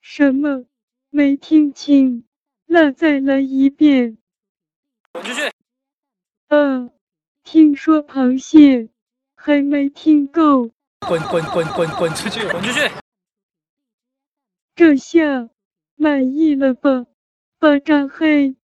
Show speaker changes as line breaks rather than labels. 什么？没听清，那再来一遍。
滚出去！
呃，听说螃蟹，还没听够。
滚滚滚滚滚出去！滚出去！
这下满意了吧，巴扎嘿？